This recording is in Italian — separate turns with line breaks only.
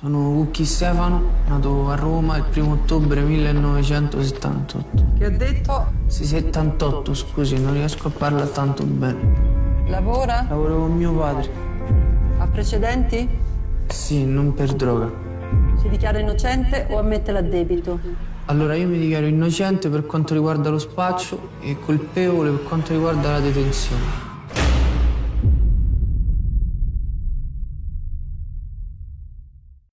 Sono Cucchi Stefano, nato a Roma il primo ottobre 1978.
Che ho detto?
Sì, 78, scusi, non riesco a parlare tanto bene.
Lavora?
Lavoro con mio padre.
Ha precedenti?
Sì, non per droga.
Si dichiara innocente o ammette l'addebito?
Allora io mi dichiaro innocente per quanto riguarda lo spaccio e colpevole per quanto riguarda la detenzione.